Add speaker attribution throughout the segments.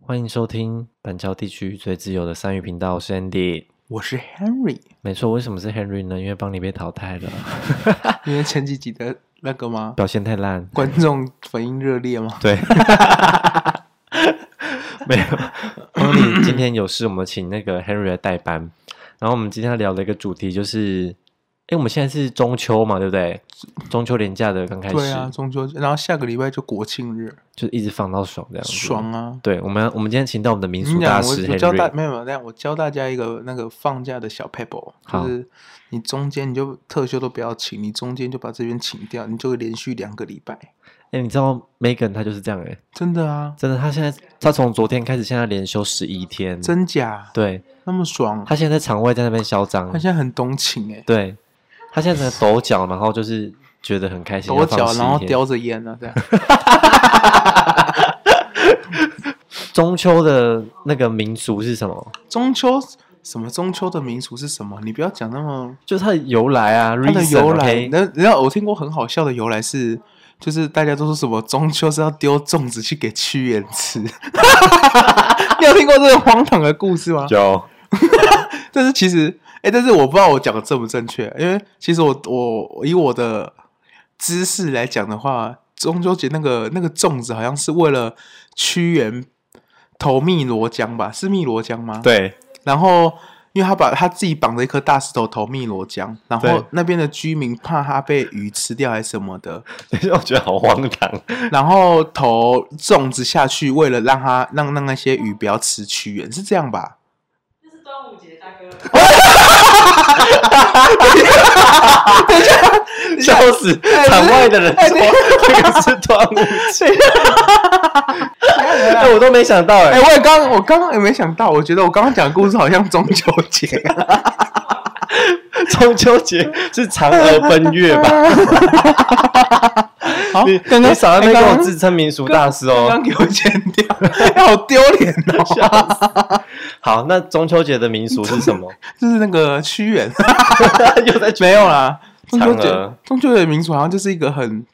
Speaker 1: 欢迎收听板桥地区最自由的三语频道，我是 Andy。
Speaker 2: 我是 Henry，
Speaker 1: 没错，为什么是 Henry 呢？因为邦尼被淘汰了，
Speaker 2: 因为前几集的那个吗？
Speaker 1: 表现太烂。
Speaker 2: 观众反应热烈吗？
Speaker 1: 对，没有。邦尼今天有事，我们请那个 Henry 来代班。然后我们今天要聊的一个主题就是，哎，我们现在是中秋嘛，对不对？中秋连假的刚开始，
Speaker 2: 对啊，中秋，然后下个礼拜就国庆日，
Speaker 1: 就一直放到爽这样子。
Speaker 2: 爽啊！
Speaker 1: 对，我们我们今天请到我们的民
Speaker 2: 你
Speaker 1: 俗
Speaker 2: 讲，
Speaker 1: 大
Speaker 2: 我
Speaker 1: 师
Speaker 2: 我教大
Speaker 1: Henry，
Speaker 2: 没有没有，但我教大家一个那个放假的小 pebble，
Speaker 1: 好
Speaker 2: 就是你中间你就特休都不要请，你中间就把这边请掉，你就会连续两个礼拜，
Speaker 1: 哎，你知道 Megan 她就是这样哎、
Speaker 2: 真的啊，
Speaker 1: 真的，她现在她从昨天开始，现在连休十一天，
Speaker 2: 真假？
Speaker 1: 对，
Speaker 2: 那么爽，
Speaker 1: 他现在在场外在那边嚣张
Speaker 2: 他，现在很懂请哎，
Speaker 1: 对他现在在抖脚，然后就是觉得很开心，
Speaker 2: 抖
Speaker 1: 要放
Speaker 2: 脚
Speaker 1: 肆
Speaker 2: 然后
Speaker 1: 一天
Speaker 2: 叼着烟啊呢，这样
Speaker 1: 中秋的那个民俗是什么？
Speaker 2: 中秋。什么中秋的民俗是什么？你不要讲那么
Speaker 1: 就是它的由来啊，
Speaker 2: 它的
Speaker 1: reason，
Speaker 2: 由来
Speaker 1: OK？，
Speaker 2: 那你知道我听过很好笑的由来是，就是大家都说什么中秋是要丢粽子去给屈原吃， 你有听过这个荒唐的故事吗？
Speaker 1: 有
Speaker 2: 但是其实，哎、但是我不知道我讲的正不正确，因为其实我我以我的知识来讲的话，中秋节那个那个粽子好像是为了屈原投汨罗江吧？是汨罗江吗？
Speaker 1: 对
Speaker 2: 然后因为他把他自己绑着一颗大石头投汨罗江，然
Speaker 1: 对
Speaker 2: 后那边的居民怕他被鱼吃掉还是什么的，
Speaker 1: 我觉得好荒唐。
Speaker 2: 然后投粽子下去，为了让他让让那些鱼不要吃屈原，是这样吧？
Speaker 3: 这是端午节，大哥。
Speaker 1: 笑死！
Speaker 2: 哎
Speaker 1: 场外的人说这个是端午 节，哎，我都没想到
Speaker 2: 哎、
Speaker 1: 哎。
Speaker 2: 我也刚我刚刚也没想到，我觉得我刚刚讲的故事好像中秋 节，
Speaker 1: 中秋节是嫦娥奔月吧？
Speaker 2: 好
Speaker 1: 你，
Speaker 2: 啊哦刚刚
Speaker 1: 你少在那
Speaker 2: 哎
Speaker 1: 边
Speaker 2: 刚
Speaker 1: 跟我自称民俗大师哦。
Speaker 2: 刚刚给我剪掉， 哎好丢脸哦！
Speaker 1: 好，那中秋节的民俗是 什么？
Speaker 2: 就是那个屈原，
Speaker 1: 又在
Speaker 2: 没有啦，中秋
Speaker 1: 嫦娥
Speaker 2: 节中秋节的民俗好像就是一个很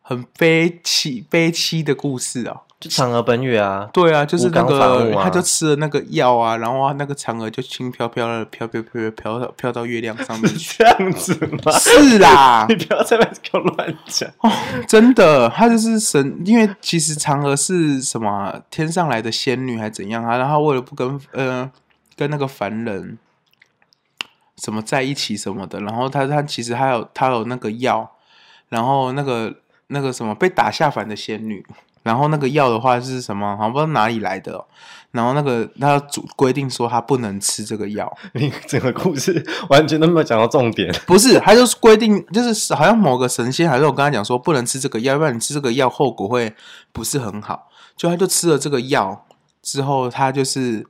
Speaker 2: 很悲戚悲戚的故事哦。
Speaker 1: 就嫦娥奔月啊，
Speaker 2: 对啊，就是那
Speaker 1: 吴刚伐木
Speaker 2: 个
Speaker 1: 啊
Speaker 2: 他就吃了那个药啊，然后啊那个嫦娥就轻飘飘的飘飘飘飘飘到飘到月亮上面去。
Speaker 1: 这样子 吗？
Speaker 2: 是啦
Speaker 1: 你，不要在那边给我乱讲。
Speaker 2: 真的，她就是神，因为其实嫦娥是什么啊天上来的仙女还怎样啊？然后为了不跟呃跟那个凡人什么在一起什么的，然后她她其实还有她有那个药，然后那个那个什么被打下凡的仙女，然后那个药的话是什么？好像不知道哪里来的哦、然后那个她主规定说她不能吃这个药，
Speaker 1: 你整个故事完全都没有讲到重点。
Speaker 2: 不是，他就是规定，就是好像某个神仙还是我跟他讲说，不能吃这个药，要不然你吃这个药后果会不是很好。就他就吃了这个药之后，他就是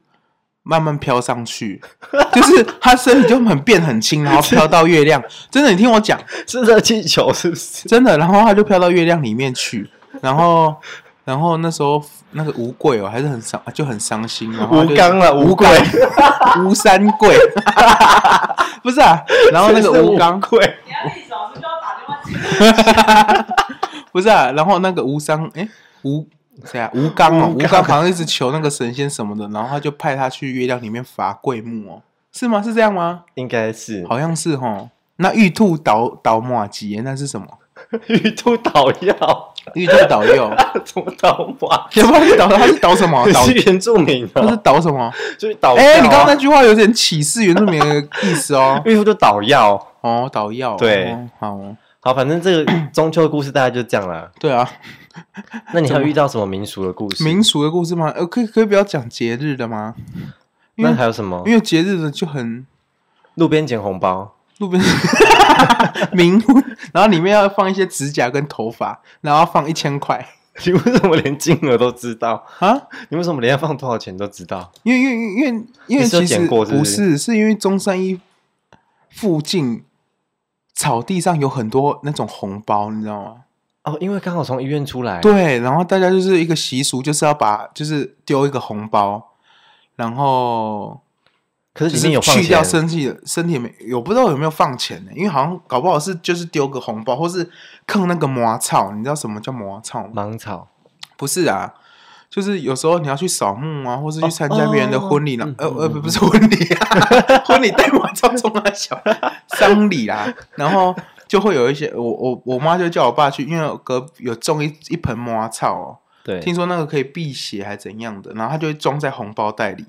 Speaker 2: 慢慢飘上去， 就是他身体就很变很轻，然后飘到月亮。真的，你听我讲，
Speaker 1: 是热气球是不是？
Speaker 2: 真的，然后他就飘到月亮里面去，然后。然后那时候那个吴贵哦，还是很伤，就很伤心。然后他就
Speaker 1: 吴刚啦吴 贵，
Speaker 2: 吴三桂， 不是啊。然后那个吴刚，
Speaker 1: 贵，
Speaker 3: 你要历史老师就要打电话进来。
Speaker 2: 不是啊，然后那个吴商，哎、吴谁啊？吴刚哦，
Speaker 1: 吴
Speaker 2: 吴
Speaker 1: 刚
Speaker 2: 刚好像一直求那个神仙什么的，然后他就派他去月亮里面伐桂木哦，是吗？是这样吗？
Speaker 1: 应该是
Speaker 2: 好像是哦。那玉兔倒倒马吉耶，那是什么？
Speaker 1: 玉兔捣药，
Speaker 2: 玉兔倒右，
Speaker 1: 怎么捣 法？
Speaker 2: 也不知道是倒，他是倒什 么？倒
Speaker 1: 你是哦原住民
Speaker 2: 他是
Speaker 1: 哦，
Speaker 2: 倒什 么？
Speaker 1: 就是捣药啊。
Speaker 2: 哎、你刚刚那句话有点启示原住民的意思哦。
Speaker 1: 玉兔就捣药。
Speaker 2: 哦，倒药。
Speaker 1: 对
Speaker 2: 哦好哦，
Speaker 1: 好，反正这个中秋的故事大概就这样啦。
Speaker 2: 对啊，
Speaker 1: 那你还有遇到什么民俗的故事？
Speaker 2: 民俗的故事吗？呃，可以可以不要讲节日的吗？因
Speaker 1: 那
Speaker 2: 为
Speaker 1: 还有什么
Speaker 2: 因？为节日的就很
Speaker 1: 路边捡红包，
Speaker 2: 路边冥婚， 然后里面要放一些指甲跟头发，然后放一千块
Speaker 1: 你为什么连金额都知道？
Speaker 2: 啊！
Speaker 1: 你为什么连要放多少钱都知道？
Speaker 2: 因为因为因为因为
Speaker 1: 你是有
Speaker 2: 其实
Speaker 1: 剪过是不
Speaker 2: 不
Speaker 1: 是
Speaker 2: 是，是因为中山一附近草地上有很多那种红包，你知道吗？
Speaker 1: 哦，因为刚好从医院出来，
Speaker 2: 对，然后大家就是一个习俗，就是要把就是丢一个红包，然后
Speaker 1: 可是
Speaker 2: 就
Speaker 1: 里面
Speaker 2: 是
Speaker 1: 有放
Speaker 2: 去掉
Speaker 1: 钱，
Speaker 2: 身体的身体没有不知道有没有放钱呢、因为好像搞不好是就是丢个红包，或是坑那个魔草，你知道什么叫魔草吗？
Speaker 1: 芒草
Speaker 2: 不是啊，就是有时候你要去扫墓啊，或是去参加
Speaker 1: 哦
Speaker 2: 别人的婚礼呢
Speaker 1: 嗯，
Speaker 2: 呃
Speaker 1: 嗯
Speaker 2: 呃，
Speaker 1: 嗯
Speaker 2: 不不是婚礼啊， 婚礼带完照中啊小丧礼啦，然后就会有一些我我我妈就叫我爸去，因为隔有种一一盆麻草哦，
Speaker 1: 对，
Speaker 2: 听说那个可以辟邪还怎样的，然后他就会装在红包袋里。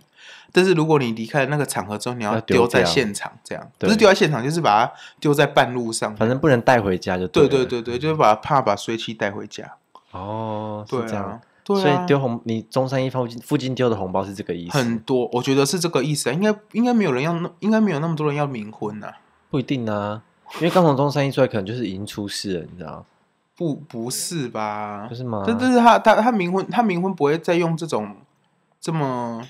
Speaker 2: 但是如果你离开了那个场合之后，你要
Speaker 1: 要丢
Speaker 2: 丢在
Speaker 1: 掉
Speaker 2: 现场，这样不
Speaker 1: 对
Speaker 2: 是丢在现场，就是把它丢在半路上。
Speaker 1: 反正不能带回家就
Speaker 2: 对
Speaker 1: 对
Speaker 2: 对
Speaker 1: 了
Speaker 2: 对对，就是把怕把水气带回家。
Speaker 1: 哦，是
Speaker 2: 对
Speaker 1: 这样
Speaker 2: 啊。，对啊，
Speaker 1: 所以丢红，你中山一附近附近丢的红包是这个意思？
Speaker 2: 很多，我觉得是这个意思啊。应该应该没有人要那，应该没有那么多人要冥婚呐、
Speaker 1: 不一定啊，因为刚从中山一出来，可能就是已经出事了，你知道？
Speaker 2: 不不是吧
Speaker 1: 不？是吗？
Speaker 2: 但但是他他他冥婚，他冥婚不会再用这种这么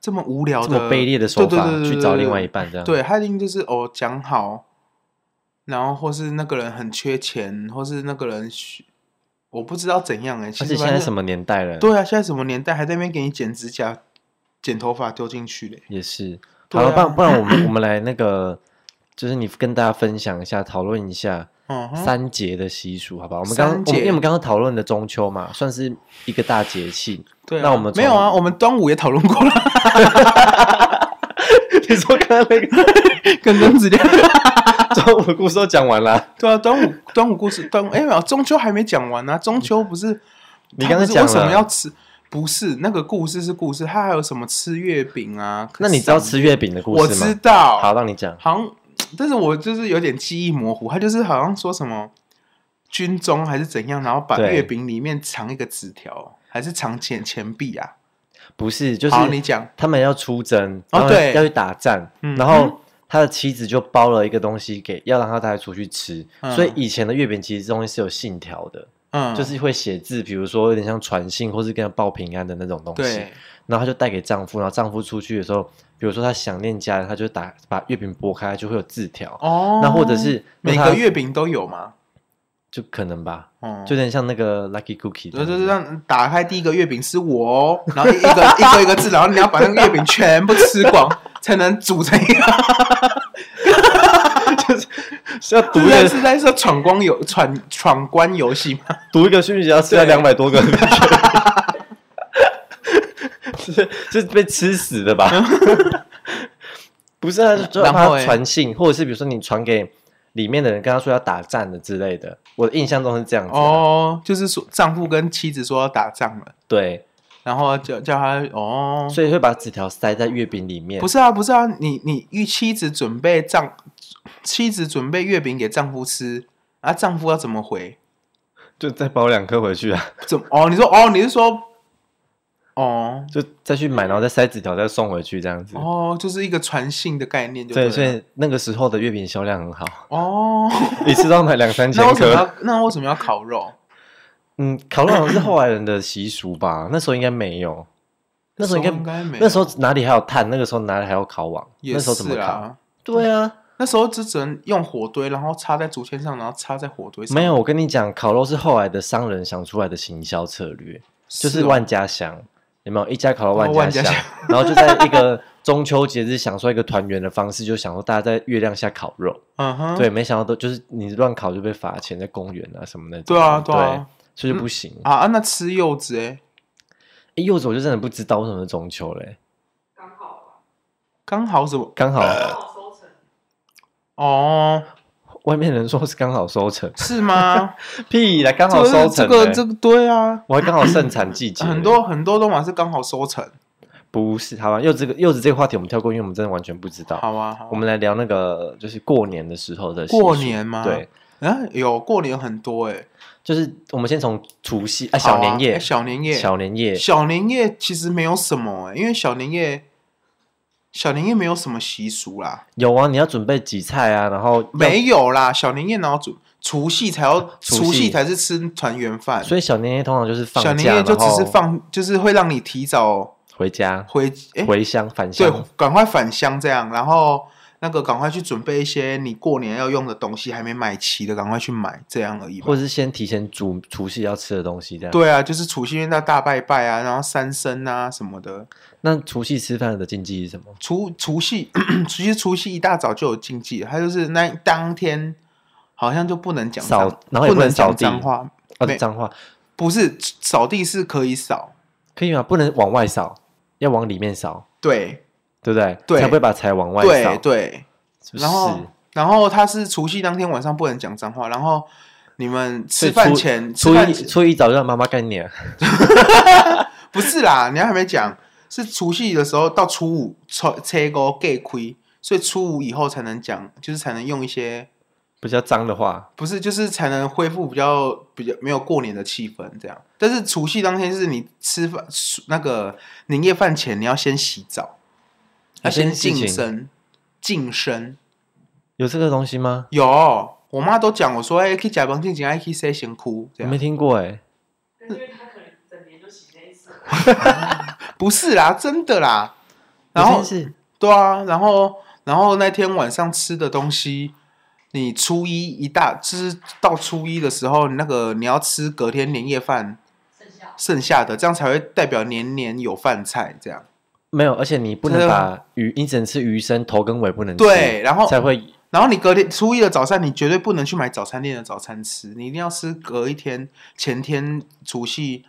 Speaker 2: 这么无聊
Speaker 1: 这
Speaker 2: 的
Speaker 1: 么卑劣的手
Speaker 2: 对对
Speaker 1: 法
Speaker 2: 对对
Speaker 1: 去
Speaker 2: 对
Speaker 1: 找
Speaker 2: 对
Speaker 1: 另外一半，这样
Speaker 2: 对，他一定就是哦讲好，然后或是那个人很缺钱，或是那个人需我不知道怎样哎、其
Speaker 1: 而且
Speaker 2: 实
Speaker 1: 现在
Speaker 2: 反
Speaker 1: 什
Speaker 2: 正
Speaker 1: 么年代了？
Speaker 2: 对啊，现在什么年代还在那边给你剪指甲、剪头发丢进去嘞？
Speaker 1: 也是。好
Speaker 2: 对
Speaker 1: 了，
Speaker 2: 啊
Speaker 1: 不然不然我们我们来那个，就是你跟大家分享一下，讨论一下
Speaker 2: 嗯哼，
Speaker 1: 三节的习俗，好不好？我们刚我
Speaker 2: 三
Speaker 1: 们
Speaker 2: 节
Speaker 1: 因为我们刚刚讨论的中秋嘛，算是一个大节 气。
Speaker 2: 对啊、
Speaker 1: 那我们
Speaker 2: 没有啊，
Speaker 1: 从
Speaker 2: 我们端午也讨论过了，
Speaker 1: 你说刚刚那 个
Speaker 2: 跟跟 子亮。
Speaker 1: 中午故事都讲完了，
Speaker 2: 对啊，端午端午故事，端午哎、没有，中秋还没讲完呢、啊中秋不是
Speaker 1: 你
Speaker 2: 他
Speaker 1: 刚刚
Speaker 2: 不是
Speaker 1: 讲
Speaker 2: 为什么
Speaker 1: 了
Speaker 2: 要吃？不是那个故事是故事，它还有什么吃月饼啊？
Speaker 1: 那你知道
Speaker 2: 赏
Speaker 1: 吃月饼的故
Speaker 2: 我
Speaker 1: 事
Speaker 2: 知
Speaker 1: 吗？
Speaker 2: 道，
Speaker 1: 好，让你讲。
Speaker 2: 好像，但是我就是有点记忆模糊，他就是好像说什么军中还是怎样，然后把
Speaker 1: 对
Speaker 2: 月饼里面藏一个纸条，还是藏钱钱币啊？
Speaker 1: 不是，就是
Speaker 2: 好，你讲，
Speaker 1: 他们要出征，
Speaker 2: 哦
Speaker 1: 然后
Speaker 2: 对
Speaker 1: 要去打仗，
Speaker 2: 嗯
Speaker 1: 然后他的妻子就包了一个东西给，要让他带出去吃。
Speaker 2: 嗯
Speaker 1: 所以以前的月饼其实这东西是有信条的，
Speaker 2: 嗯，
Speaker 1: 就是会写字，比如说有点像传信或是跟他报平安的那种东西。
Speaker 2: 对，
Speaker 1: 然后他就带给丈夫，然后丈夫出去的时候，比如说他想念家人，他就打把月饼剥开，就会有字条。
Speaker 2: 哦，
Speaker 1: 那或者是
Speaker 2: 每
Speaker 1: 那他
Speaker 2: 个月饼都有吗？
Speaker 1: 就可能吧，
Speaker 2: 哦，
Speaker 1: 就有点像那个 Lucky Cookie，这
Speaker 2: 就
Speaker 1: 样
Speaker 2: 就是
Speaker 1: 子
Speaker 2: 让打开第一个月饼是我哦， 然后一个一个一个字，然后你要把那个月饼全部吃光，才能组成一个。
Speaker 1: 是要读
Speaker 2: 是
Speaker 1: 一
Speaker 2: 在
Speaker 1: 个
Speaker 2: 是啊在说闯关游闯闯关游戏吗？
Speaker 1: 读一个讯息要吃掉
Speaker 2: 对
Speaker 1: 两百多个， 是是被吃死的吧？ 不是啊，就让
Speaker 2: 然后
Speaker 1: 他
Speaker 2: 欸
Speaker 1: 传信，或者是比如说你传给里面的人，跟他说要打战的之类的。我的印象中是这样子、哦，
Speaker 2: 哦，就是说丈夫跟妻子说要打仗了，
Speaker 1: 对，
Speaker 2: 然后叫叫他哦，
Speaker 1: 所以会把纸条塞在月饼里面。
Speaker 2: 不是啊，不是啊，你你与妻子准备丈，妻子准备月饼给丈夫吃，啊，丈夫要怎么回？
Speaker 1: 就再包两颗回去啊，
Speaker 2: 怎么？哦，你说哦，你是说，哦
Speaker 1: 就再去买，然后再塞纸条，再送回去这样子。
Speaker 2: 哦，就是一个传信的概念就
Speaker 1: 对，
Speaker 2: 了
Speaker 1: 所以那个时候的月饼销量很好，
Speaker 2: 哦，
Speaker 1: 一次都要买两三千
Speaker 2: 那为什么
Speaker 1: 颗。
Speaker 2: 要那为什么要烤肉？
Speaker 1: 嗯，烤肉好像是后来人的习俗吧，那时候应该没有，那时候应该
Speaker 2: 应该没有，
Speaker 1: 那时候哪里还有炭？那个时候哪里还有烤网？
Speaker 2: 也
Speaker 1: 那时候怎么
Speaker 2: 是
Speaker 1: 烤？
Speaker 2: 啊？
Speaker 1: 对啊，
Speaker 2: 那时候只只能用火堆，然后插在竹签上，然后插在火堆上。
Speaker 1: 没有。我跟你讲，烤肉是后来的商人想出来的行销策略，
Speaker 2: 是
Speaker 1: 就
Speaker 2: 哦，
Speaker 1: 是万家香，有没有？一家烤肉
Speaker 2: 哦
Speaker 1: 万
Speaker 2: 万
Speaker 1: 家
Speaker 2: 家
Speaker 1: 香， 然后就在一个中秋节日想出来一个团圆的方式，就想说大家在月亮下烤肉。
Speaker 2: 嗯哼，
Speaker 1: 对，没想到都就是你乱烤就被罚钱，在公园啊什么的。
Speaker 2: 对啊
Speaker 1: 对
Speaker 2: 对啊
Speaker 1: 所以就不行。
Speaker 2: 啊啊！那吃柚子哎，
Speaker 1: 诶柚子我就真的不知道为什么是中秋嘞，
Speaker 3: 刚好
Speaker 2: 刚好什么？
Speaker 1: 刚好
Speaker 3: 吧，刚好收成。
Speaker 2: 哦，
Speaker 1: 外面人说是刚好收成，
Speaker 2: 是吗？
Speaker 1: 屁啦，刚
Speaker 2: 这
Speaker 1: 好
Speaker 2: 个
Speaker 1: 收成
Speaker 2: 这
Speaker 1: 欸嘞。
Speaker 2: 个这个对啊，
Speaker 1: 我还刚好盛产季节，
Speaker 2: 很多很多都嘛是刚好收成。
Speaker 1: 不是好吧？柚子这个柚子这个话题我们跳过，因为我们真的完全不知道。
Speaker 2: 好啊，好啊
Speaker 1: 我们来聊那个就是过年的时候的习俗
Speaker 2: 过年吗？
Speaker 1: 对，，
Speaker 2: 啊有过年很多哎，
Speaker 1: 就是我们先从除夕啊小年
Speaker 2: 好啊
Speaker 1: 夜
Speaker 2: 哎小年夜
Speaker 1: 小年夜
Speaker 2: 小年夜其实没有什么哎，因为小年夜小年夜没有什么习俗啦。
Speaker 1: 有啊，你要准备几菜啊，然后要
Speaker 2: 没有啦，小年夜然后除除夕才要
Speaker 1: 除
Speaker 2: 除
Speaker 1: 夕
Speaker 2: 夕才是吃团圆饭，
Speaker 1: 所以小年夜通常就是放假，
Speaker 2: 小年夜就只是
Speaker 1: 然后
Speaker 2: 放，就是会让你提早
Speaker 1: 回家
Speaker 2: 回哎、
Speaker 1: 回乡返
Speaker 2: 对
Speaker 1: 乡，，
Speaker 2: 赶快返乡这样，然后那个赶快去准备一些你过年要用的东西，还没买齐的赶快去买，这样而已吧。
Speaker 1: 或者是先提前煮除夕要吃的东西这样。，
Speaker 2: 对啊，就是除夕夜到大拜拜啊，然后三牲啊什么的。
Speaker 1: 那除夕吃饭的禁忌是什么？
Speaker 2: 除除夕， 其实除夕一大早就有禁忌了，他就是那当天好像就不能讲
Speaker 1: 扫
Speaker 2: 脏，
Speaker 1: 然后也
Speaker 2: 不
Speaker 1: 不能
Speaker 2: 能
Speaker 1: 扫
Speaker 2: 讲
Speaker 1: 地
Speaker 2: 脏话，
Speaker 1: 啊，
Speaker 2: 没
Speaker 1: 脏话，
Speaker 2: 不是扫地是可以扫，
Speaker 1: 可以吗？不能往外扫，要往里面扫，
Speaker 2: 对
Speaker 1: 对不对？
Speaker 2: 对
Speaker 1: 才不会把财往外扫
Speaker 2: 对，对，
Speaker 1: 是不是
Speaker 2: 然？后然后他是除夕当天晚上不能讲脏话，然后你们
Speaker 1: 所
Speaker 2: 吃
Speaker 1: 以
Speaker 2: 饭
Speaker 1: 初
Speaker 2: 前吃
Speaker 1: 初
Speaker 2: 饭
Speaker 1: 一
Speaker 2: 前
Speaker 1: 初一早就让妈妈干你啊，
Speaker 2: 不是啦，你还没讲，是除夕的时候到初五初车高盖亏，所以初五以后才能讲，就是才能用一些
Speaker 1: 比较脏的话，
Speaker 2: 不是，就是才能恢复比较比较没有过年的气氛这样。但是除夕当天是你吃饭那个年夜饭前，你要先洗澡，要
Speaker 1: 啊这
Speaker 2: 先
Speaker 1: 件事
Speaker 2: 净
Speaker 1: 情
Speaker 2: 身，净身。
Speaker 1: 有这个东西吗？
Speaker 2: 有，我妈都讲我说，哎、去假装静静，爱去洗先哭这
Speaker 1: 我没
Speaker 2: 样。
Speaker 1: 听过哎，
Speaker 3: 但是因为他可能整年就洗那一次，
Speaker 2: 不是啦，真的啦。然
Speaker 1: 有这
Speaker 2: 后
Speaker 1: 件事
Speaker 2: 对啊，然后然后那天晚上吃的东西，你初一一大，就是到初一的时候，你那个你要吃隔天年夜饭
Speaker 3: 剩下
Speaker 2: 剩下的，这样才会代表年年有饭菜这样。
Speaker 1: 没有，而且你不
Speaker 2: 真
Speaker 1: 能
Speaker 2: 的
Speaker 1: 把鱼，你只能吃鱼身，头跟尾不能吃，
Speaker 2: 对，，然后
Speaker 1: 才会
Speaker 2: 然后你隔天初一的早餐，你绝对不能去买早餐店的早餐吃，你一定要吃隔一天前天除夕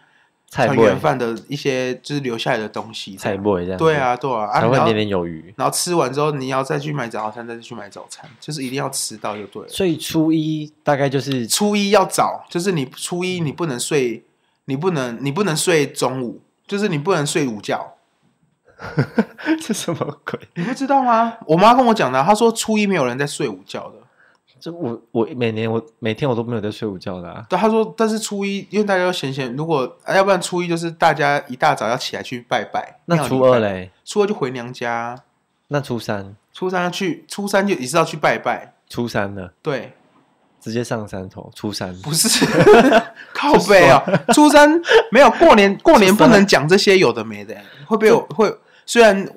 Speaker 1: 菜
Speaker 2: 团
Speaker 1: 不
Speaker 2: 圆饭的一些就是留下来的东西。
Speaker 1: 菜不这样，
Speaker 2: 对，啊，对啊，啊
Speaker 1: 才会
Speaker 2: 然后
Speaker 1: 年年有余。
Speaker 2: 然后吃完之后，你要再去买早餐，再去买早餐，就是一定要吃到就对了。
Speaker 1: 所以初一大概就是
Speaker 2: 初一要早，就是你初一你不能睡，你不能你不能睡中午，就是你不能睡午觉，
Speaker 1: 这什么鬼？
Speaker 2: 你不知道吗？我妈跟我讲的，她说初一没有人在睡午觉的，
Speaker 1: 这我我每年我每天我都没有在睡午觉的、啊，
Speaker 2: 对，她说但是初一因为大家都闲闲，如果啊要不然初一就是大家一大早要起来去拜拜，
Speaker 1: 那
Speaker 2: 庙里
Speaker 1: 初二
Speaker 2: 拜，
Speaker 1: 嘞，
Speaker 2: 初二就回娘家，
Speaker 1: 那初三，
Speaker 2: 初三要去，初三就也是要去拜拜，
Speaker 1: 初三呢，
Speaker 2: 对，
Speaker 1: 直接上山头，初三
Speaker 2: 不 是靠背哦，初三没有过年，过年不能讲这些有的没的，会被我会虽然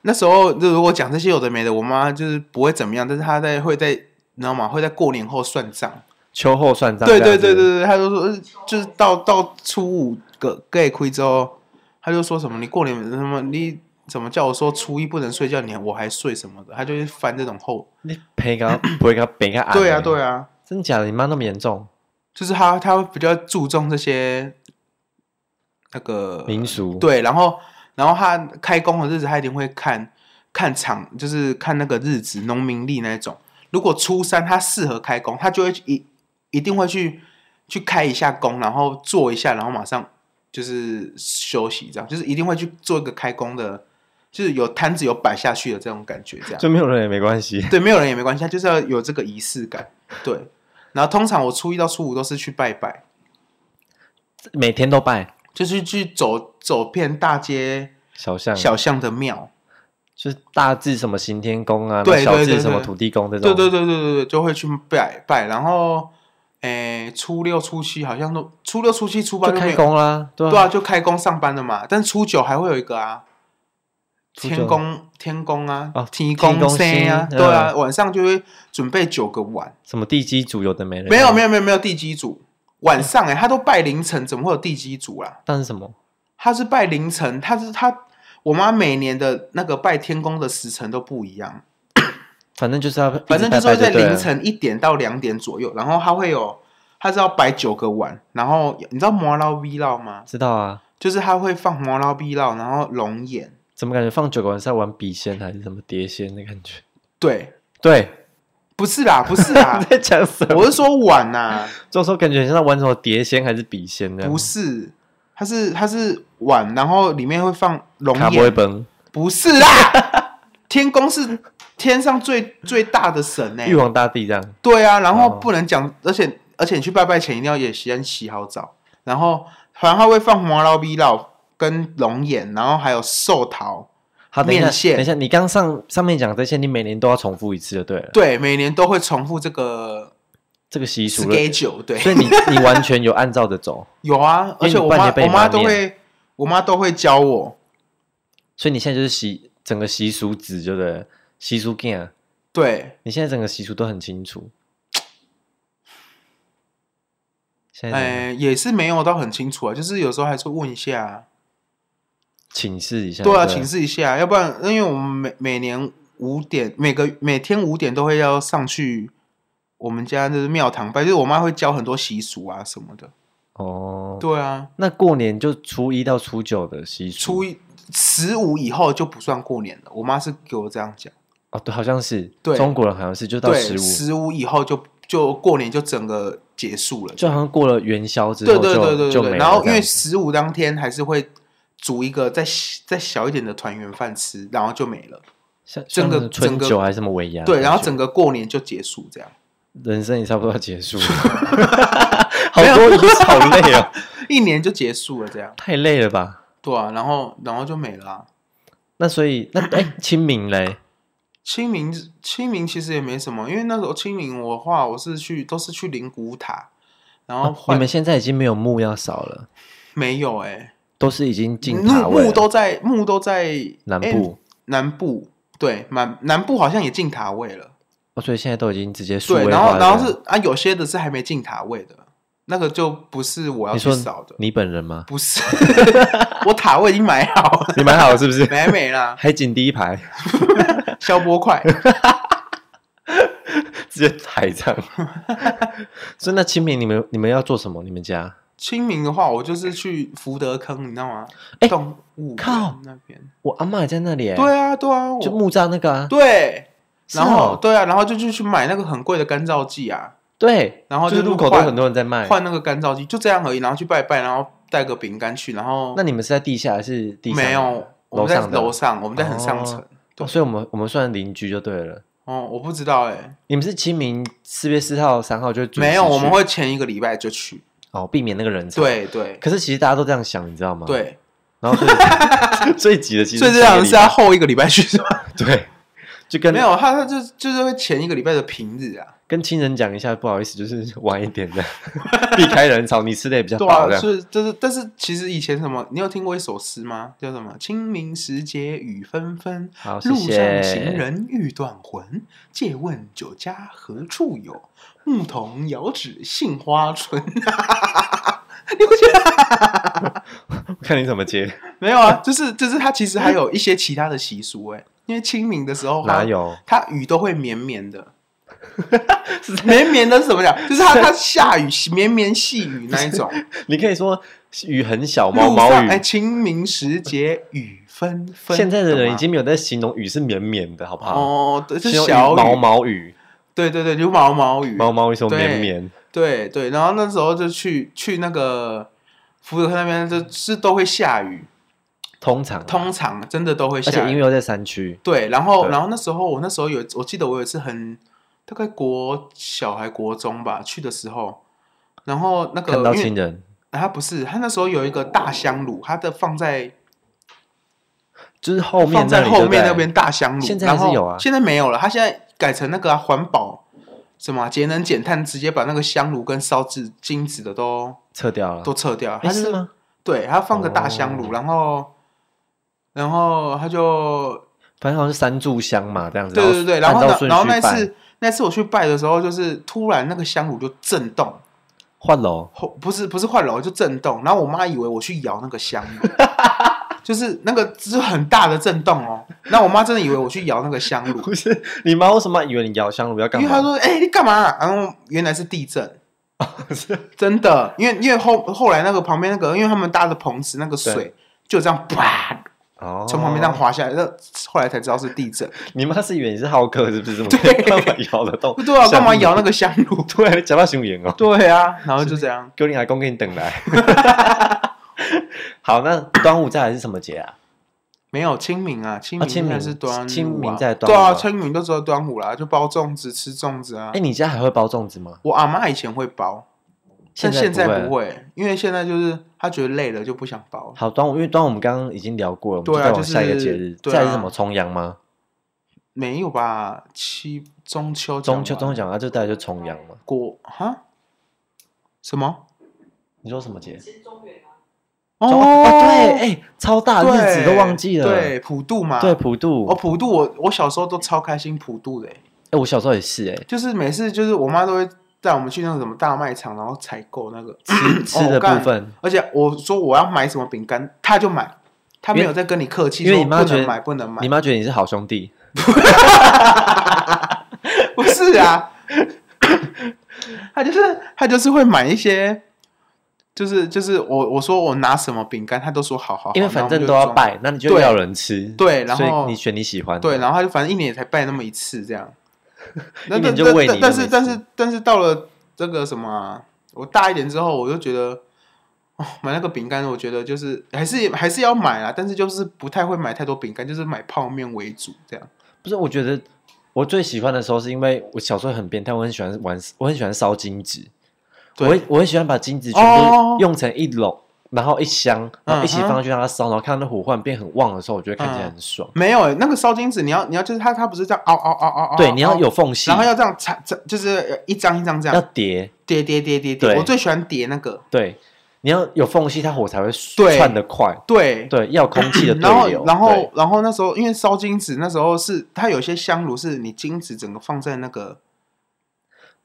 Speaker 2: 那时候就如果讲这些有的没的，我妈就是不会怎么样，但是她在会在你知道吗？会在过年后算账。
Speaker 1: 秋后算账这
Speaker 2: 对
Speaker 1: 样子。
Speaker 2: 对对对对，她就说呃就是到到初五个 gay 亏之后，她就说什么你过年什么你怎么叫我说初一不能睡觉，你还我还睡什么的，她就会翻这种后。
Speaker 1: 你赔个赔个赔个啊？
Speaker 2: 对啊对，啊，
Speaker 1: 真假的？你妈那么严重？
Speaker 2: 就是她她会比较注重这些。那个
Speaker 1: 民俗，
Speaker 2: 对，然后然后他开工的日子，他一定会看看场，就是看那个日子农民历那一种。如果初三他适合开工，他就会去一一定会去去开一下工，然后做一下，然后马上就是休息，这样就是一定会去做一个开工的，就是有摊子有摆下去的这种感觉，这样。
Speaker 1: 就没有人也没关 系。
Speaker 2: 对，没有人也没关系，他就是要有这个仪式感。对，然后通常我初一到初五都是去拜拜，
Speaker 1: 每天都拜
Speaker 2: 就是去走走遍大街
Speaker 1: 小象，
Speaker 2: 小巷的庙，
Speaker 1: 就是大至什么行天宫啊，
Speaker 2: 对对
Speaker 1: 小
Speaker 2: 对对
Speaker 1: 至什么
Speaker 2: 对
Speaker 1: 土地公这种。
Speaker 2: 对对对对对对，就会去拜拜，然后，诶，初六初七好像都初六初七初八
Speaker 1: 就
Speaker 2: 就没
Speaker 1: 开
Speaker 2: 有，
Speaker 1: 工啦，对
Speaker 2: 对啊，
Speaker 1: 啊，
Speaker 2: 就开工上班了嘛。但初九还会有一个啊，
Speaker 1: 初九
Speaker 2: 天公天公啊，
Speaker 1: 哦
Speaker 2: 天
Speaker 1: 天公
Speaker 2: 生啊，
Speaker 1: 星
Speaker 2: 对啊，
Speaker 1: 嗯
Speaker 2: 晚上就会准备九个碗，
Speaker 1: 什么地基主有的没人。
Speaker 2: 没有没，有没有没有地基组，晚上哎、他都拜凌晨，怎么会有地基组啦？
Speaker 1: 但是什么？
Speaker 2: 他是拜凌晨，他是他。我妈每年的那个拜天公的时辰都不一样，
Speaker 1: 反正就是要，
Speaker 2: 反正就是会
Speaker 1: 一直拜
Speaker 2: 在
Speaker 1: 拜对了
Speaker 2: 凌。晨一点到两点左右，然后它会有，它是要摆九个碗，然后你知道摩捞 V 绕吗？
Speaker 1: 知道啊？
Speaker 2: 就是它会放摩捞 V 绕，然后龙眼，
Speaker 1: 怎么感觉放九个人是在玩笔仙还是什么碟仙的感觉？
Speaker 2: 对，
Speaker 1: 对，
Speaker 2: 不是啦，不是啦
Speaker 1: 你，在讲什么？
Speaker 2: 我是说碗呐、
Speaker 1: 这时候感觉很像在玩什么碟仙还是笔仙的，
Speaker 2: 不是，它是它是碗，然后里面会放龙
Speaker 1: 卡不会
Speaker 2: 眼，
Speaker 1: 崩。
Speaker 2: 不是啦，天公是天上最最大的神呢、欸
Speaker 1: 玉皇大帝这样，
Speaker 2: 对啊，然后
Speaker 1: 哦
Speaker 2: 不能讲，而且而且你去拜拜前一定要也先洗好澡，然后反正他会放黄捞米捞跟龙眼，然后还有寿桃，
Speaker 1: 好，等一
Speaker 2: 面
Speaker 1: 下，
Speaker 2: 线
Speaker 1: 等一下，你刚上上面讲这些，你每年都要重复一次就对了，
Speaker 2: 对，每年都会重复这个
Speaker 1: 这个习俗了，
Speaker 2: schedule，对，
Speaker 1: 所以你你完全有按照着走，
Speaker 2: 有啊，而
Speaker 1: 因为
Speaker 2: 且
Speaker 1: 你
Speaker 2: 我
Speaker 1: 半
Speaker 2: 妈
Speaker 1: 年被
Speaker 2: 我
Speaker 1: 你
Speaker 2: 妈
Speaker 1: 妈
Speaker 2: 都会，我妈都会教我，
Speaker 1: 所以你现在就是习整个习俗子就对了，习俗 g 啊，
Speaker 2: 对，
Speaker 1: 你现在整个习俗都很清楚。现在整个
Speaker 2: 哎、也是没有到很清楚啊，就是有时候还是会问一下啊，
Speaker 1: 请示一下，
Speaker 2: 对啊，
Speaker 1: 不
Speaker 2: 请示一下，要不然因为我们每每年五点，每个每天五点都会要上去我们家就是庙堂拜，就是我妈会教很多习俗啊什么的。
Speaker 1: 哦，
Speaker 2: 对啊，
Speaker 1: 那过年就初一到初九的习俗，
Speaker 2: 初一十五以后就不算过年了。我妈是给我这样讲，
Speaker 1: 哦，对，好像是，
Speaker 2: 对
Speaker 1: 中国人好像是就到
Speaker 2: 对，
Speaker 1: 十五，
Speaker 2: 十五以后就就过年就整个结束了。
Speaker 1: 就好像过了元宵之
Speaker 2: 对
Speaker 1: 后就
Speaker 2: 对对对
Speaker 1: 就
Speaker 2: 对
Speaker 1: 没了
Speaker 2: 对。然后
Speaker 1: 这
Speaker 2: 因
Speaker 1: 样
Speaker 2: 为十五当天还是会煮一个再再小一点的团圆饭吃，然后就没了。
Speaker 1: 像
Speaker 2: 整个
Speaker 1: 像春
Speaker 2: 整个
Speaker 1: 酒还是什么尾牙，
Speaker 2: 对，然后
Speaker 1: 就
Speaker 2: 整个过年就结束这样。
Speaker 1: 人生也差不多要结束 了，好多仪式好累啊，
Speaker 2: 一年就结束了，这样
Speaker 1: 太累了吧？
Speaker 2: 对啊，然后然后就没了、啊。
Speaker 1: 那所以那哎、清明嘞，
Speaker 2: 清明清明其实也没什么，因为那时候清明我的话，我是去都是去灵谷塔，然后
Speaker 1: 啊你
Speaker 2: 换、
Speaker 1: 们现在已经没有墓要扫了，
Speaker 2: 没有哎、
Speaker 1: 都是已经进塔
Speaker 2: 墓
Speaker 1: 位了
Speaker 2: 墓都在墓都在
Speaker 1: 南
Speaker 2: 哎
Speaker 1: 部、
Speaker 2: 南部对南南部好像也进塔位了，
Speaker 1: 哦，所以现在都已经直接数
Speaker 2: 对，
Speaker 1: 位
Speaker 2: 然
Speaker 1: 化
Speaker 2: 后
Speaker 1: 了
Speaker 2: 然后是啊有些的是还没进塔位的，那个就不是我要
Speaker 1: 你
Speaker 2: 去
Speaker 1: 说
Speaker 2: 扫的，
Speaker 1: 你本人吗？
Speaker 2: 不是 我塔位已经买好了，
Speaker 1: 你买好了 是不是？
Speaker 2: 没没啦，
Speaker 1: 海景第一排，
Speaker 2: 消波 块。
Speaker 1: 直接海葬。 所以那清明你们你们要做什么？你们家
Speaker 2: 清明的话，我就是去福德坑，你知道吗？
Speaker 1: 哎
Speaker 2: 动物园
Speaker 1: 靠
Speaker 2: 那边。
Speaker 1: 我阿妈也在那里、欸，
Speaker 2: 对，啊，对啊，我
Speaker 1: 就木葬那个啊，
Speaker 2: 对，
Speaker 1: 是
Speaker 2: 然后、
Speaker 1: 哦
Speaker 2: 对啊，然后就就去买那个很贵的干燥剂啊，
Speaker 1: 对，
Speaker 2: 然后
Speaker 1: 就是
Speaker 2: 就是
Speaker 1: 路口都
Speaker 2: 换
Speaker 1: 很多人在卖。
Speaker 2: 换那个干燥剂，就这样而已。然后去拜拜，然后带个饼干去，然后
Speaker 1: 那你们是在地下还是地上？
Speaker 2: 没有，我
Speaker 1: 楼
Speaker 2: 们在
Speaker 1: 上的
Speaker 2: 楼上，我们在很上层
Speaker 1: 哦。哦所以我们我们算邻居就对了。
Speaker 2: 哦，我不知道哎，
Speaker 1: 你们是清明四月四号、三号就准时
Speaker 2: 没有，我们
Speaker 1: 去
Speaker 2: 会前一个礼拜就去。
Speaker 1: 哦避免那个人潮。，
Speaker 2: 对对
Speaker 1: 可是其实大家都这样想，你知道吗？，
Speaker 2: 对，
Speaker 1: 然后所以 最急的其实
Speaker 2: 所以这
Speaker 1: 上个
Speaker 2: 样
Speaker 1: 礼
Speaker 2: 是要
Speaker 1: 拜
Speaker 2: 后一个礼拜去是 吧？
Speaker 1: 对，就跟
Speaker 2: 没有，他他就就是会前一个礼拜的平日啊。
Speaker 1: 跟亲人讲一下，不好意思，就是晚一点的， 避开人潮，你吃的也比较
Speaker 2: 对
Speaker 1: 饱
Speaker 2: 啊
Speaker 1: 这，样。
Speaker 2: 是就是，但是其实以前什么，你有听过一首诗吗？叫什么？清明时节雨纷纷，
Speaker 1: 好，谢
Speaker 2: 路上
Speaker 1: 哦谢。
Speaker 2: 行人欲断魂。借问酒家何处有？牧童遥指杏花村。 你不觉得
Speaker 1: 看你怎么接，
Speaker 2: 没有啊？就是就是，它其实还有一些其他的习俗哎、因为清明的时候它
Speaker 1: 哪？有？
Speaker 2: 它雨都会绵 绵的。绵绵的是怎么讲？就是它它下雨绵绵细雨那一种。
Speaker 1: 你可以说雨很小，毛
Speaker 2: 路
Speaker 1: 毛
Speaker 2: 上
Speaker 1: 雨
Speaker 2: 哎，。清明时节雨纷纷。
Speaker 1: 现在的
Speaker 2: 懂
Speaker 1: 人
Speaker 2: 吗
Speaker 1: 已经没有在形容雨是绵绵的，好不好？
Speaker 2: 哦，对，是
Speaker 1: 形容雨
Speaker 2: 小雨
Speaker 1: 毛，毛雨，
Speaker 2: 对对对，就毛毛雨，
Speaker 1: 毛毛雨说
Speaker 2: 对
Speaker 1: 绵绵，
Speaker 2: 对对。然后那时候就去去那个福德克那边，就是都会下雨，
Speaker 1: 通常啊
Speaker 2: 通常真的都会
Speaker 1: 嗯而且
Speaker 2: 下
Speaker 1: 因为
Speaker 2: 雨。
Speaker 1: 又在山区，
Speaker 2: 对，然后
Speaker 1: 对
Speaker 2: 然后那时候我那时候有，我记得我有一次很大概国小还国中吧去的时候，然后那个
Speaker 1: 看到
Speaker 2: 呃因为
Speaker 1: 亲人，
Speaker 2: 啊他不是他那时候有一个大香炉，他的放在
Speaker 1: 就是后面
Speaker 2: 放在
Speaker 1: 那里
Speaker 2: 后面那。
Speaker 1: 对不对
Speaker 2: 边大香炉，
Speaker 1: 现在
Speaker 2: 然
Speaker 1: 还
Speaker 2: 后
Speaker 1: 是有啊
Speaker 2: 现在没有了，它现在改成那个啊环、保什么啊节能减碳，直接把那个香炉跟烧制金子的都
Speaker 1: 撤掉了，
Speaker 2: 都啊撤掉。它
Speaker 1: 哎？
Speaker 2: 就是
Speaker 1: 吗？
Speaker 2: 对，它放个大香炉，
Speaker 1: 哦
Speaker 2: 然后然后它就
Speaker 1: 反正好像是三炷香嘛，这样子。
Speaker 2: 对对对，然后
Speaker 1: 按
Speaker 2: 呢
Speaker 1: 照顺序
Speaker 2: 然后那
Speaker 1: 办
Speaker 2: 次那次我去拜的时候，就是突然那个香炉就震动。
Speaker 1: 换楼，
Speaker 2: 后不是不是换楼就震动，然后我妈以为我去摇那个香 炉，就是那个是很大的震动哦，那我妈真的以为我去摇那个香炉，
Speaker 1: 不是你妈为什么以为你摇香炉要干
Speaker 2: 因
Speaker 1: 嘛？
Speaker 2: 为他说：“哎、你干嘛、哦然后原来是地震，真的。因为因为后后来那个旁边那个，因为他们搭的棚子，那个水
Speaker 1: 对
Speaker 2: 就这样啪
Speaker 1: 哦，
Speaker 2: 从旁边这样滑下来，那、后来才知道是地震。
Speaker 1: 你妈是以为你是浩克是不 是？怎么可以 干嘛摇得动？
Speaker 2: 对啊，干嘛摇那个香 炉？
Speaker 1: 对，讲到熊眼哦，
Speaker 2: 对啊，然后就这样。
Speaker 1: 给你阿公给你等来。 好，那端午再来是什么节啊？
Speaker 2: 没有清明啊，清
Speaker 1: 哦清
Speaker 2: 明
Speaker 1: 明
Speaker 2: 还是端午、啊
Speaker 1: 清明在端午
Speaker 2: 对啊，
Speaker 1: 啊
Speaker 2: 清明都知道端午啦，就包粽子吃粽子啊。
Speaker 1: 哎，你家还会包粽子吗？
Speaker 2: 我阿妈以前会包，但现在不。会，因为现在就是她觉得累了就不想包。
Speaker 1: 好，端午因为端午我们刚刚已经聊过了，我们
Speaker 2: 对
Speaker 1: 就再往
Speaker 2: 啊
Speaker 1: 下一个节日，
Speaker 2: 就是
Speaker 1: 再来是
Speaker 2: 对啊
Speaker 1: 什么重阳吗？
Speaker 2: 没有吧？七中秋讲
Speaker 1: 中秋
Speaker 2: 完
Speaker 1: 中秋讲啊，就再来就重阳嘛。
Speaker 2: 国哈？什么？
Speaker 1: 你说什么节？
Speaker 3: 新中原啊，
Speaker 2: 哦
Speaker 1: 中哦，对，哎，超大日
Speaker 2: 对
Speaker 1: 子都忘记了。
Speaker 2: 对，普渡嘛，
Speaker 1: 对，，普渡
Speaker 2: 哦，。普渡我我小时候都超开心普渡的欸，
Speaker 1: 哎，我小时候也是哎，
Speaker 2: 就是每次就是我妈都会带我们去那个什么大卖场，然后采购那个，
Speaker 1: 吃吃的部分，
Speaker 2: 而且我说我要买什么饼干，她就买，她没有在跟你客气，
Speaker 1: 因为
Speaker 2: 说
Speaker 1: 你妈
Speaker 2: 不
Speaker 1: 觉
Speaker 2: 能
Speaker 1: 得
Speaker 2: 买不能买
Speaker 1: 你，妈觉得你是好兄弟，
Speaker 2: 不 是啊，她就是她就是会买一些就是就是我我说我拿什么饼干，他都说哦好好好，
Speaker 1: 因为
Speaker 2: 然
Speaker 1: 反
Speaker 2: 后我们
Speaker 1: 正
Speaker 2: 就
Speaker 1: 都要
Speaker 2: 装。
Speaker 1: 拜，那你就
Speaker 2: 对
Speaker 1: 要有人吃，
Speaker 2: 对然
Speaker 1: 所以
Speaker 2: 后
Speaker 1: 你选你喜欢的，
Speaker 2: 对，然后他就反正一年也才拜那么一次 这样。那
Speaker 1: 一
Speaker 2: 但
Speaker 1: 年就
Speaker 2: 但
Speaker 1: 喂
Speaker 2: 但
Speaker 1: 你那
Speaker 2: 但
Speaker 1: 么
Speaker 2: 是
Speaker 1: 一
Speaker 2: 但
Speaker 1: 次
Speaker 2: 是但是到了这个什么啊、我大一点之后，我就觉得。哦，买那个饼干，我觉得就是还是还是要买啦，但是就是不太会买太多饼干，就是买泡面为主这样。
Speaker 1: 不是，我觉得我最喜欢的时候是因为我小时候很变态，我很喜欢玩，我很喜欢烧金纸，我
Speaker 2: 对
Speaker 1: 很我很喜欢把金纸全
Speaker 2: 哦嗯
Speaker 1: 部用成一笼，然后一箱，然后一起放上去让它烧，然后看到那火幻变很旺的时候，我觉得看起来很爽。
Speaker 2: 没有、欸、那个烧金纸，你要你要就是它它不是这样凹凹凹凹凹，
Speaker 1: 对，你要
Speaker 2: 凹
Speaker 1: 有，缝隙，
Speaker 2: 哦然后要这样插插，就是一张一张这
Speaker 1: 要
Speaker 2: 样
Speaker 1: 叠，
Speaker 2: 叠叠叠叠叠。
Speaker 1: 对
Speaker 2: 我最喜欢叠那个，
Speaker 1: 对，你要有缝隙，它火才会
Speaker 2: 对
Speaker 1: 窜得快。
Speaker 2: 对
Speaker 1: 对，要有空气 的
Speaker 2: 然后
Speaker 1: 对流。
Speaker 2: 然
Speaker 1: 对
Speaker 2: 后然后那时候因为烧金纸，那时候是它有些香炉是你金纸整个放在那个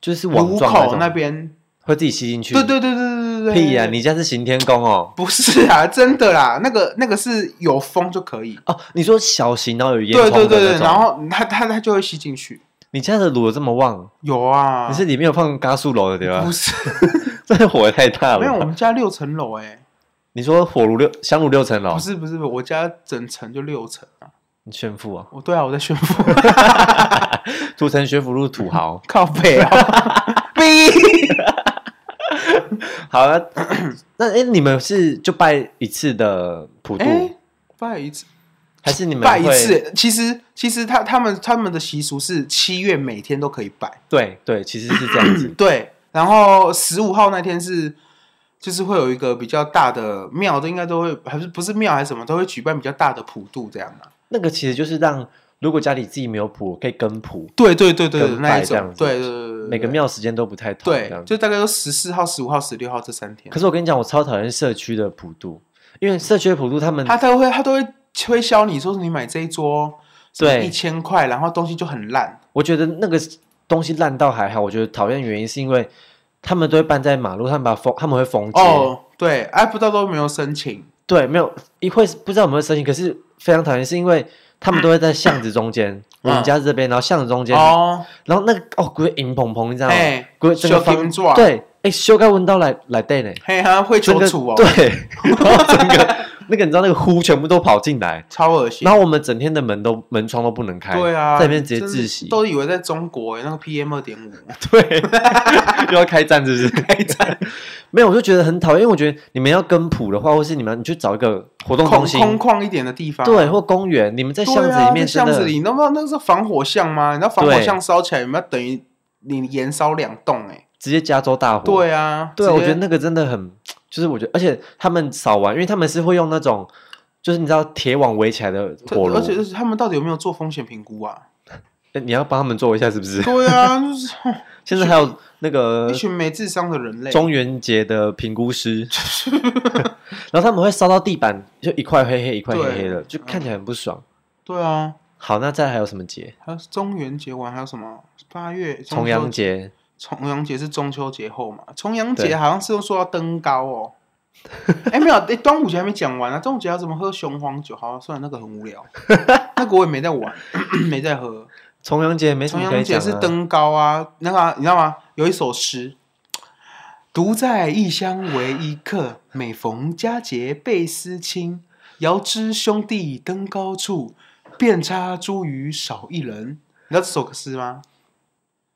Speaker 1: 就是网
Speaker 2: 炉
Speaker 1: 状
Speaker 2: 口
Speaker 1: 种
Speaker 2: 那边，
Speaker 1: 会自己吸进去。
Speaker 2: 对对对对对对对。
Speaker 1: 屁呀、你家是行天宫哦。
Speaker 2: 不是啊， 真的啦，那个那个是有风就可以。
Speaker 1: 哦，你说小型然后有烟囱的
Speaker 2: 对对对
Speaker 1: 那
Speaker 2: 对，
Speaker 1: 种
Speaker 2: 然后它它它就会吸进去。
Speaker 1: 你家的炉有这么旺？
Speaker 2: 有啊，
Speaker 1: 你是啊里面有放嘎素楼的对吧
Speaker 2: 不？是？
Speaker 1: 这火也太大
Speaker 2: 没有，我
Speaker 1: 了吧。
Speaker 2: 们家六层楼哎、
Speaker 1: 你说火炉六香炉六层楼
Speaker 2: 不，是不是，不是我家整层就六层啊。
Speaker 1: 你炫富啊！
Speaker 2: 我对啊，我在炫 富，
Speaker 1: 土城学府路土 豪。
Speaker 2: 靠北 啊，逼。
Speaker 1: 好了，那哎、诶你们是就拜一次的普渡，
Speaker 2: 哎，拜一次，
Speaker 1: 还是你们
Speaker 2: 拜一
Speaker 1: 会？
Speaker 2: 次。其实其实他他们他们的习俗是七月每天都可以拜，。
Speaker 1: 对对，其实是这样子
Speaker 2: 对。然后十五号那天是。就是会有一个比较大的庙，都应该都会，还是不是庙还是什么，都会举办比较大的普渡这样啊。
Speaker 1: 那个其实就是让，如果家里自己没有谱，可以跟谱，
Speaker 2: 对对对对，
Speaker 1: 跟拜
Speaker 2: 那一
Speaker 1: 这样
Speaker 2: 种，
Speaker 1: 子
Speaker 2: 对对对对对，
Speaker 1: 每个庙时间都不太同。这
Speaker 2: 对
Speaker 1: 样，子
Speaker 2: 就大概都十四号、十五号、十六号这三天
Speaker 1: 可。是我跟你讲，我超讨厌社区的普渡，因为社区的普渡他们
Speaker 2: 他都会他都会推销你说你买这一桌，
Speaker 1: 对
Speaker 2: 一千块，然后东西就很烂。
Speaker 1: 我觉得那个东西烂到还好，我觉得讨厌的原因是因为他们都会办在马路，他们把封，他们会封街，
Speaker 2: 哦，对，哎，不知道都没有申请。
Speaker 1: 对，没有一会不知道有没有申请，可是非常讨厌，是因为他们都会在巷子中间，我们家是这边，然后巷子中间，
Speaker 2: 嗯哦，
Speaker 1: 然后那个哦，鬼影蓬蓬，你知道吗？
Speaker 2: 哎，
Speaker 1: 鬼整个
Speaker 2: 小
Speaker 1: 房
Speaker 2: 金爪，，
Speaker 1: 对，哎，修改文到来来对呢，
Speaker 2: 嘿，还会
Speaker 1: 整
Speaker 2: 求
Speaker 1: 个
Speaker 2: 助哦，
Speaker 1: 对， 然后整个那个你知道那个呼全部都跑进 来，
Speaker 2: 超恶心
Speaker 1: 然。后我们整天的门都门窗都不能开，
Speaker 2: 对啊，
Speaker 1: 在那边直接
Speaker 2: 真
Speaker 1: 窒息，
Speaker 2: 都以为在中国哎那个 PM 二点五，
Speaker 1: 对， 又要开战是不是？ 开战？没有，我就觉得很讨厌，因为我觉得你们要跟谱的话，或是你们你去找一个活动中
Speaker 2: 空
Speaker 1: 心，
Speaker 2: 空旷一点的地方，
Speaker 1: 对，或公园，你们在
Speaker 2: 对
Speaker 1: 巷
Speaker 2: 啊，
Speaker 1: 子里面
Speaker 2: 在
Speaker 1: 真
Speaker 2: 巷
Speaker 1: 的，
Speaker 2: 子里，你知道那是防火巷吗？你知道防火
Speaker 1: 对
Speaker 2: 巷烧起来有没有等于你燃烧两栋哎？
Speaker 1: 直接加州大火，
Speaker 2: 对啊，
Speaker 1: 对啊，
Speaker 2: 直
Speaker 1: 我
Speaker 2: 接
Speaker 1: 觉得那个真的很，就是我觉得，而且他们扫完，因为他们是会用那种，就是你知道铁网围起来的火炉
Speaker 2: 而，且就是他们到底有没有做风险评估啊？
Speaker 1: 诶你要帮他们做一下是不 是？
Speaker 2: 对啊， 就是
Speaker 1: 现在还有那个
Speaker 2: 一群没智商的人类。
Speaker 1: 中元节的评估 师， 然后他们会烧到地板，就一块黑黑一块黑黑的，就
Speaker 2: 嗯
Speaker 1: 看起来很不爽。
Speaker 2: 对啊，
Speaker 1: 好，那再来还有什么节？
Speaker 2: 还有中元节完还有什么？八月
Speaker 1: 重阳，节，
Speaker 2: 中秋重阳节是中秋节后嘛？重阳
Speaker 1: 对
Speaker 2: 节好像是又说要登高哦。哎、没有，哎、端午节还没讲完啊！端午节要怎么喝雄黄酒？好、算了，那个很无聊，那个我也没在玩， 没在喝。
Speaker 1: 重阳节没什
Speaker 2: 重
Speaker 1: 么可
Speaker 2: 阳
Speaker 1: 以
Speaker 2: 节
Speaker 1: 讲
Speaker 2: 是
Speaker 1: 啊。
Speaker 2: 登高啊，那个啊、你知道吗？有一首诗：“独在异乡为异客，每逢佳节倍思亲。遥知兄弟登高处，遍插茱萸少一人。”你知道这首诗吗？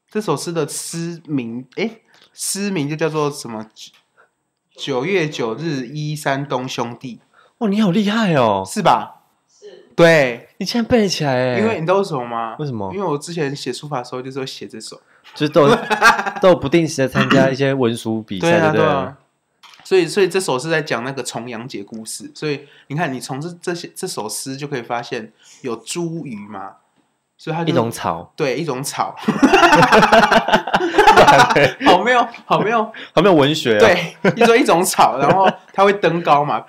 Speaker 2: 这首诗的诗名，诶，诗名就叫做什么？九月九日依山东兄弟，
Speaker 1: 哇，你好厉害哦！
Speaker 2: 是吧？
Speaker 3: 是
Speaker 2: 对，
Speaker 1: 你竟然背起来哎！
Speaker 2: 因为你知道为什么吗？
Speaker 1: 为什么
Speaker 2: 因为我之前写书法的时候就是有写这首。
Speaker 1: 就是 都都有不定时的参加一些文书比
Speaker 2: 对
Speaker 1: 赛，
Speaker 2: 啊，
Speaker 1: 不对
Speaker 2: 啊。所以，所以这首是在讲那个重阳节故事。所以你看，你从这这些这首诗就可以发现有茱萸嘛，所以它就
Speaker 1: 一种草，
Speaker 2: 对一 种草，好没有好没有
Speaker 1: 还没有文学、啊。，
Speaker 2: 对，一说一种草，然后它会登高嘛，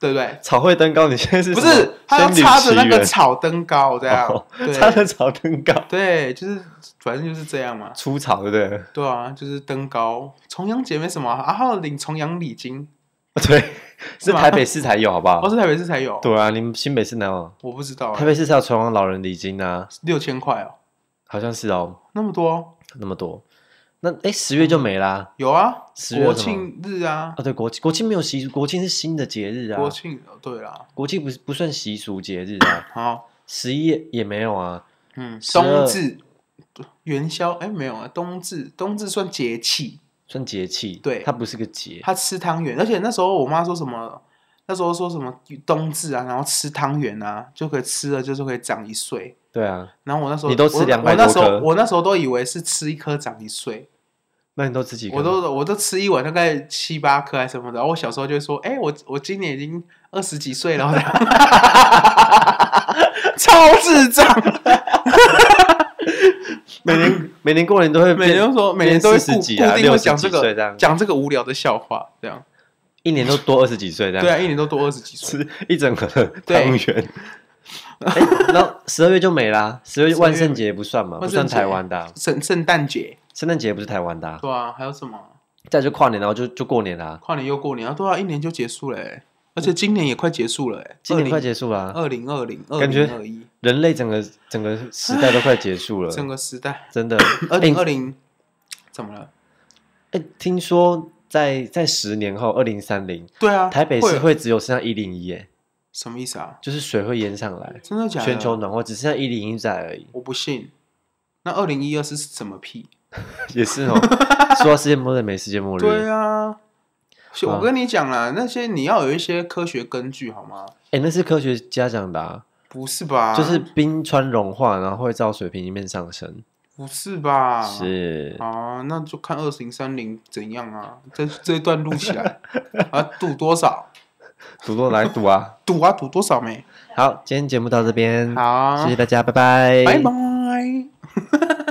Speaker 2: 对不对？
Speaker 1: 草会登高，你现在是
Speaker 2: 不
Speaker 1: 什么
Speaker 2: 是，它要
Speaker 1: 仙女
Speaker 2: 插着
Speaker 1: 奇
Speaker 2: 那个
Speaker 1: 缘
Speaker 2: 草登高这样，
Speaker 1: 哦
Speaker 2: 对
Speaker 1: 插着草登高，
Speaker 2: 对，就是反正就是这样嘛。
Speaker 1: 出草对不对？
Speaker 2: 对啊，就是登高。重阳节没什么啊，啊还有领重阳礼金，
Speaker 1: 对，是
Speaker 2: 吗
Speaker 1: 台北市才有，好不好？
Speaker 2: 哦，是台北市才有，
Speaker 1: 对啊，你们新北市哪有？
Speaker 2: 我不知道欸、
Speaker 1: 台北市才有传往老人礼金啊，
Speaker 2: 六千块哦，
Speaker 1: 好像是哦，
Speaker 2: 那么多
Speaker 1: 那么多。那哎，十月就没啦。
Speaker 2: 有啊，
Speaker 1: 十月
Speaker 2: 国
Speaker 1: 什么
Speaker 2: 庆日啊，
Speaker 1: 啊，对，国庆国庆没有习俗，国庆是新的节日啊。
Speaker 2: 国庆哦对啦，
Speaker 1: 国庆不是不算习俗节日啊，
Speaker 2: 好，
Speaker 1: 十一也也没有啊。
Speaker 2: 嗯，
Speaker 1: 十二
Speaker 2: 冬至元宵，哎，没有啊，冬至冬至算节气，
Speaker 1: 算节气，
Speaker 2: 对
Speaker 1: 它不是个节，
Speaker 2: 他吃汤圆，而且那时候我妈说什么，那时候说什么冬至啊，然后吃汤圆啊，就可以吃了，就是可以长一岁。
Speaker 1: 对啊。
Speaker 2: 然后我那时候
Speaker 1: 你都吃
Speaker 2: 我
Speaker 1: 200
Speaker 2: 我那时
Speaker 1: 多
Speaker 2: 候
Speaker 1: 颗
Speaker 2: 我那时候都以为是吃一颗长一岁，
Speaker 1: 那你都自己
Speaker 2: 我都我都吃一碗大概七八颗还是什么的。然后我小时候就会说，哎、我我今年已经二十几岁了， 超智障，
Speaker 1: 每年每年过年都会变，
Speaker 2: 每年都说每年都会
Speaker 1: 变四十
Speaker 2: 固固
Speaker 1: 几啊，
Speaker 2: 定
Speaker 1: 六
Speaker 2: 会
Speaker 1: 十
Speaker 2: 讲这
Speaker 1: 几岁这
Speaker 2: 个
Speaker 1: 样，
Speaker 2: 讲这个无聊的笑话，这样
Speaker 1: 一年都多二十几岁这样。
Speaker 2: 对啊，一年都多二十几岁。
Speaker 1: 吃一整盒的
Speaker 2: 对
Speaker 1: 汤圆。哎，然后十二月就没啦，十二月
Speaker 2: 12月
Speaker 1: 万圣节不算嘛，不
Speaker 2: 万
Speaker 1: 算
Speaker 2: 圣节
Speaker 1: 台湾的啊，
Speaker 2: 圣圣诞节，
Speaker 1: 圣诞节不是台湾的啊，
Speaker 2: 对啊，还有什么？
Speaker 1: 再就跨年，然后就就过年啦，
Speaker 2: 跨年又过年啊，对啊，一年就结束了、欸，而且今年也快结束了、欸，
Speaker 1: 今年快结束啦，
Speaker 2: 二零二零二
Speaker 1: 感觉
Speaker 2: 零二一
Speaker 1: 人类整个整个时代都快结束了，
Speaker 2: 整个时代，
Speaker 1: 真的。
Speaker 2: 二零二
Speaker 1: 哎
Speaker 2: 零怎么了？
Speaker 1: 哎，听说在在十年后，二零三零，
Speaker 2: 对啊，
Speaker 1: 台北市
Speaker 2: 有
Speaker 1: 会只有剩下一零一，哎，
Speaker 2: 什么意思啊？
Speaker 1: 就是水会淹上来，
Speaker 2: 真的假的？
Speaker 1: 全球暖化只剩下一零一在而已，
Speaker 2: 我不信。那二零一二是什么屁？
Speaker 1: 也是哦。说到世界末日没世界末
Speaker 2: 对
Speaker 1: 日，
Speaker 2: 啊，所以
Speaker 1: 啊
Speaker 2: 我跟你讲啦，那些你要有一些科学根据好吗？
Speaker 1: 哎，那是科学家讲的啊。
Speaker 2: 不是吧？
Speaker 1: 就是冰川融化，然后会照水平面上升。
Speaker 2: 不是吧？
Speaker 1: 是，
Speaker 2: 啊，那就看二零三零怎样啊？这这一段录 起来啊，赌多少？
Speaker 1: 赌多来赌 啊！
Speaker 2: 赌啊，赌多少没？
Speaker 1: 嗯好，今天节目到这边，
Speaker 2: 好，
Speaker 1: 谢谢大家，拜拜，
Speaker 2: 拜拜。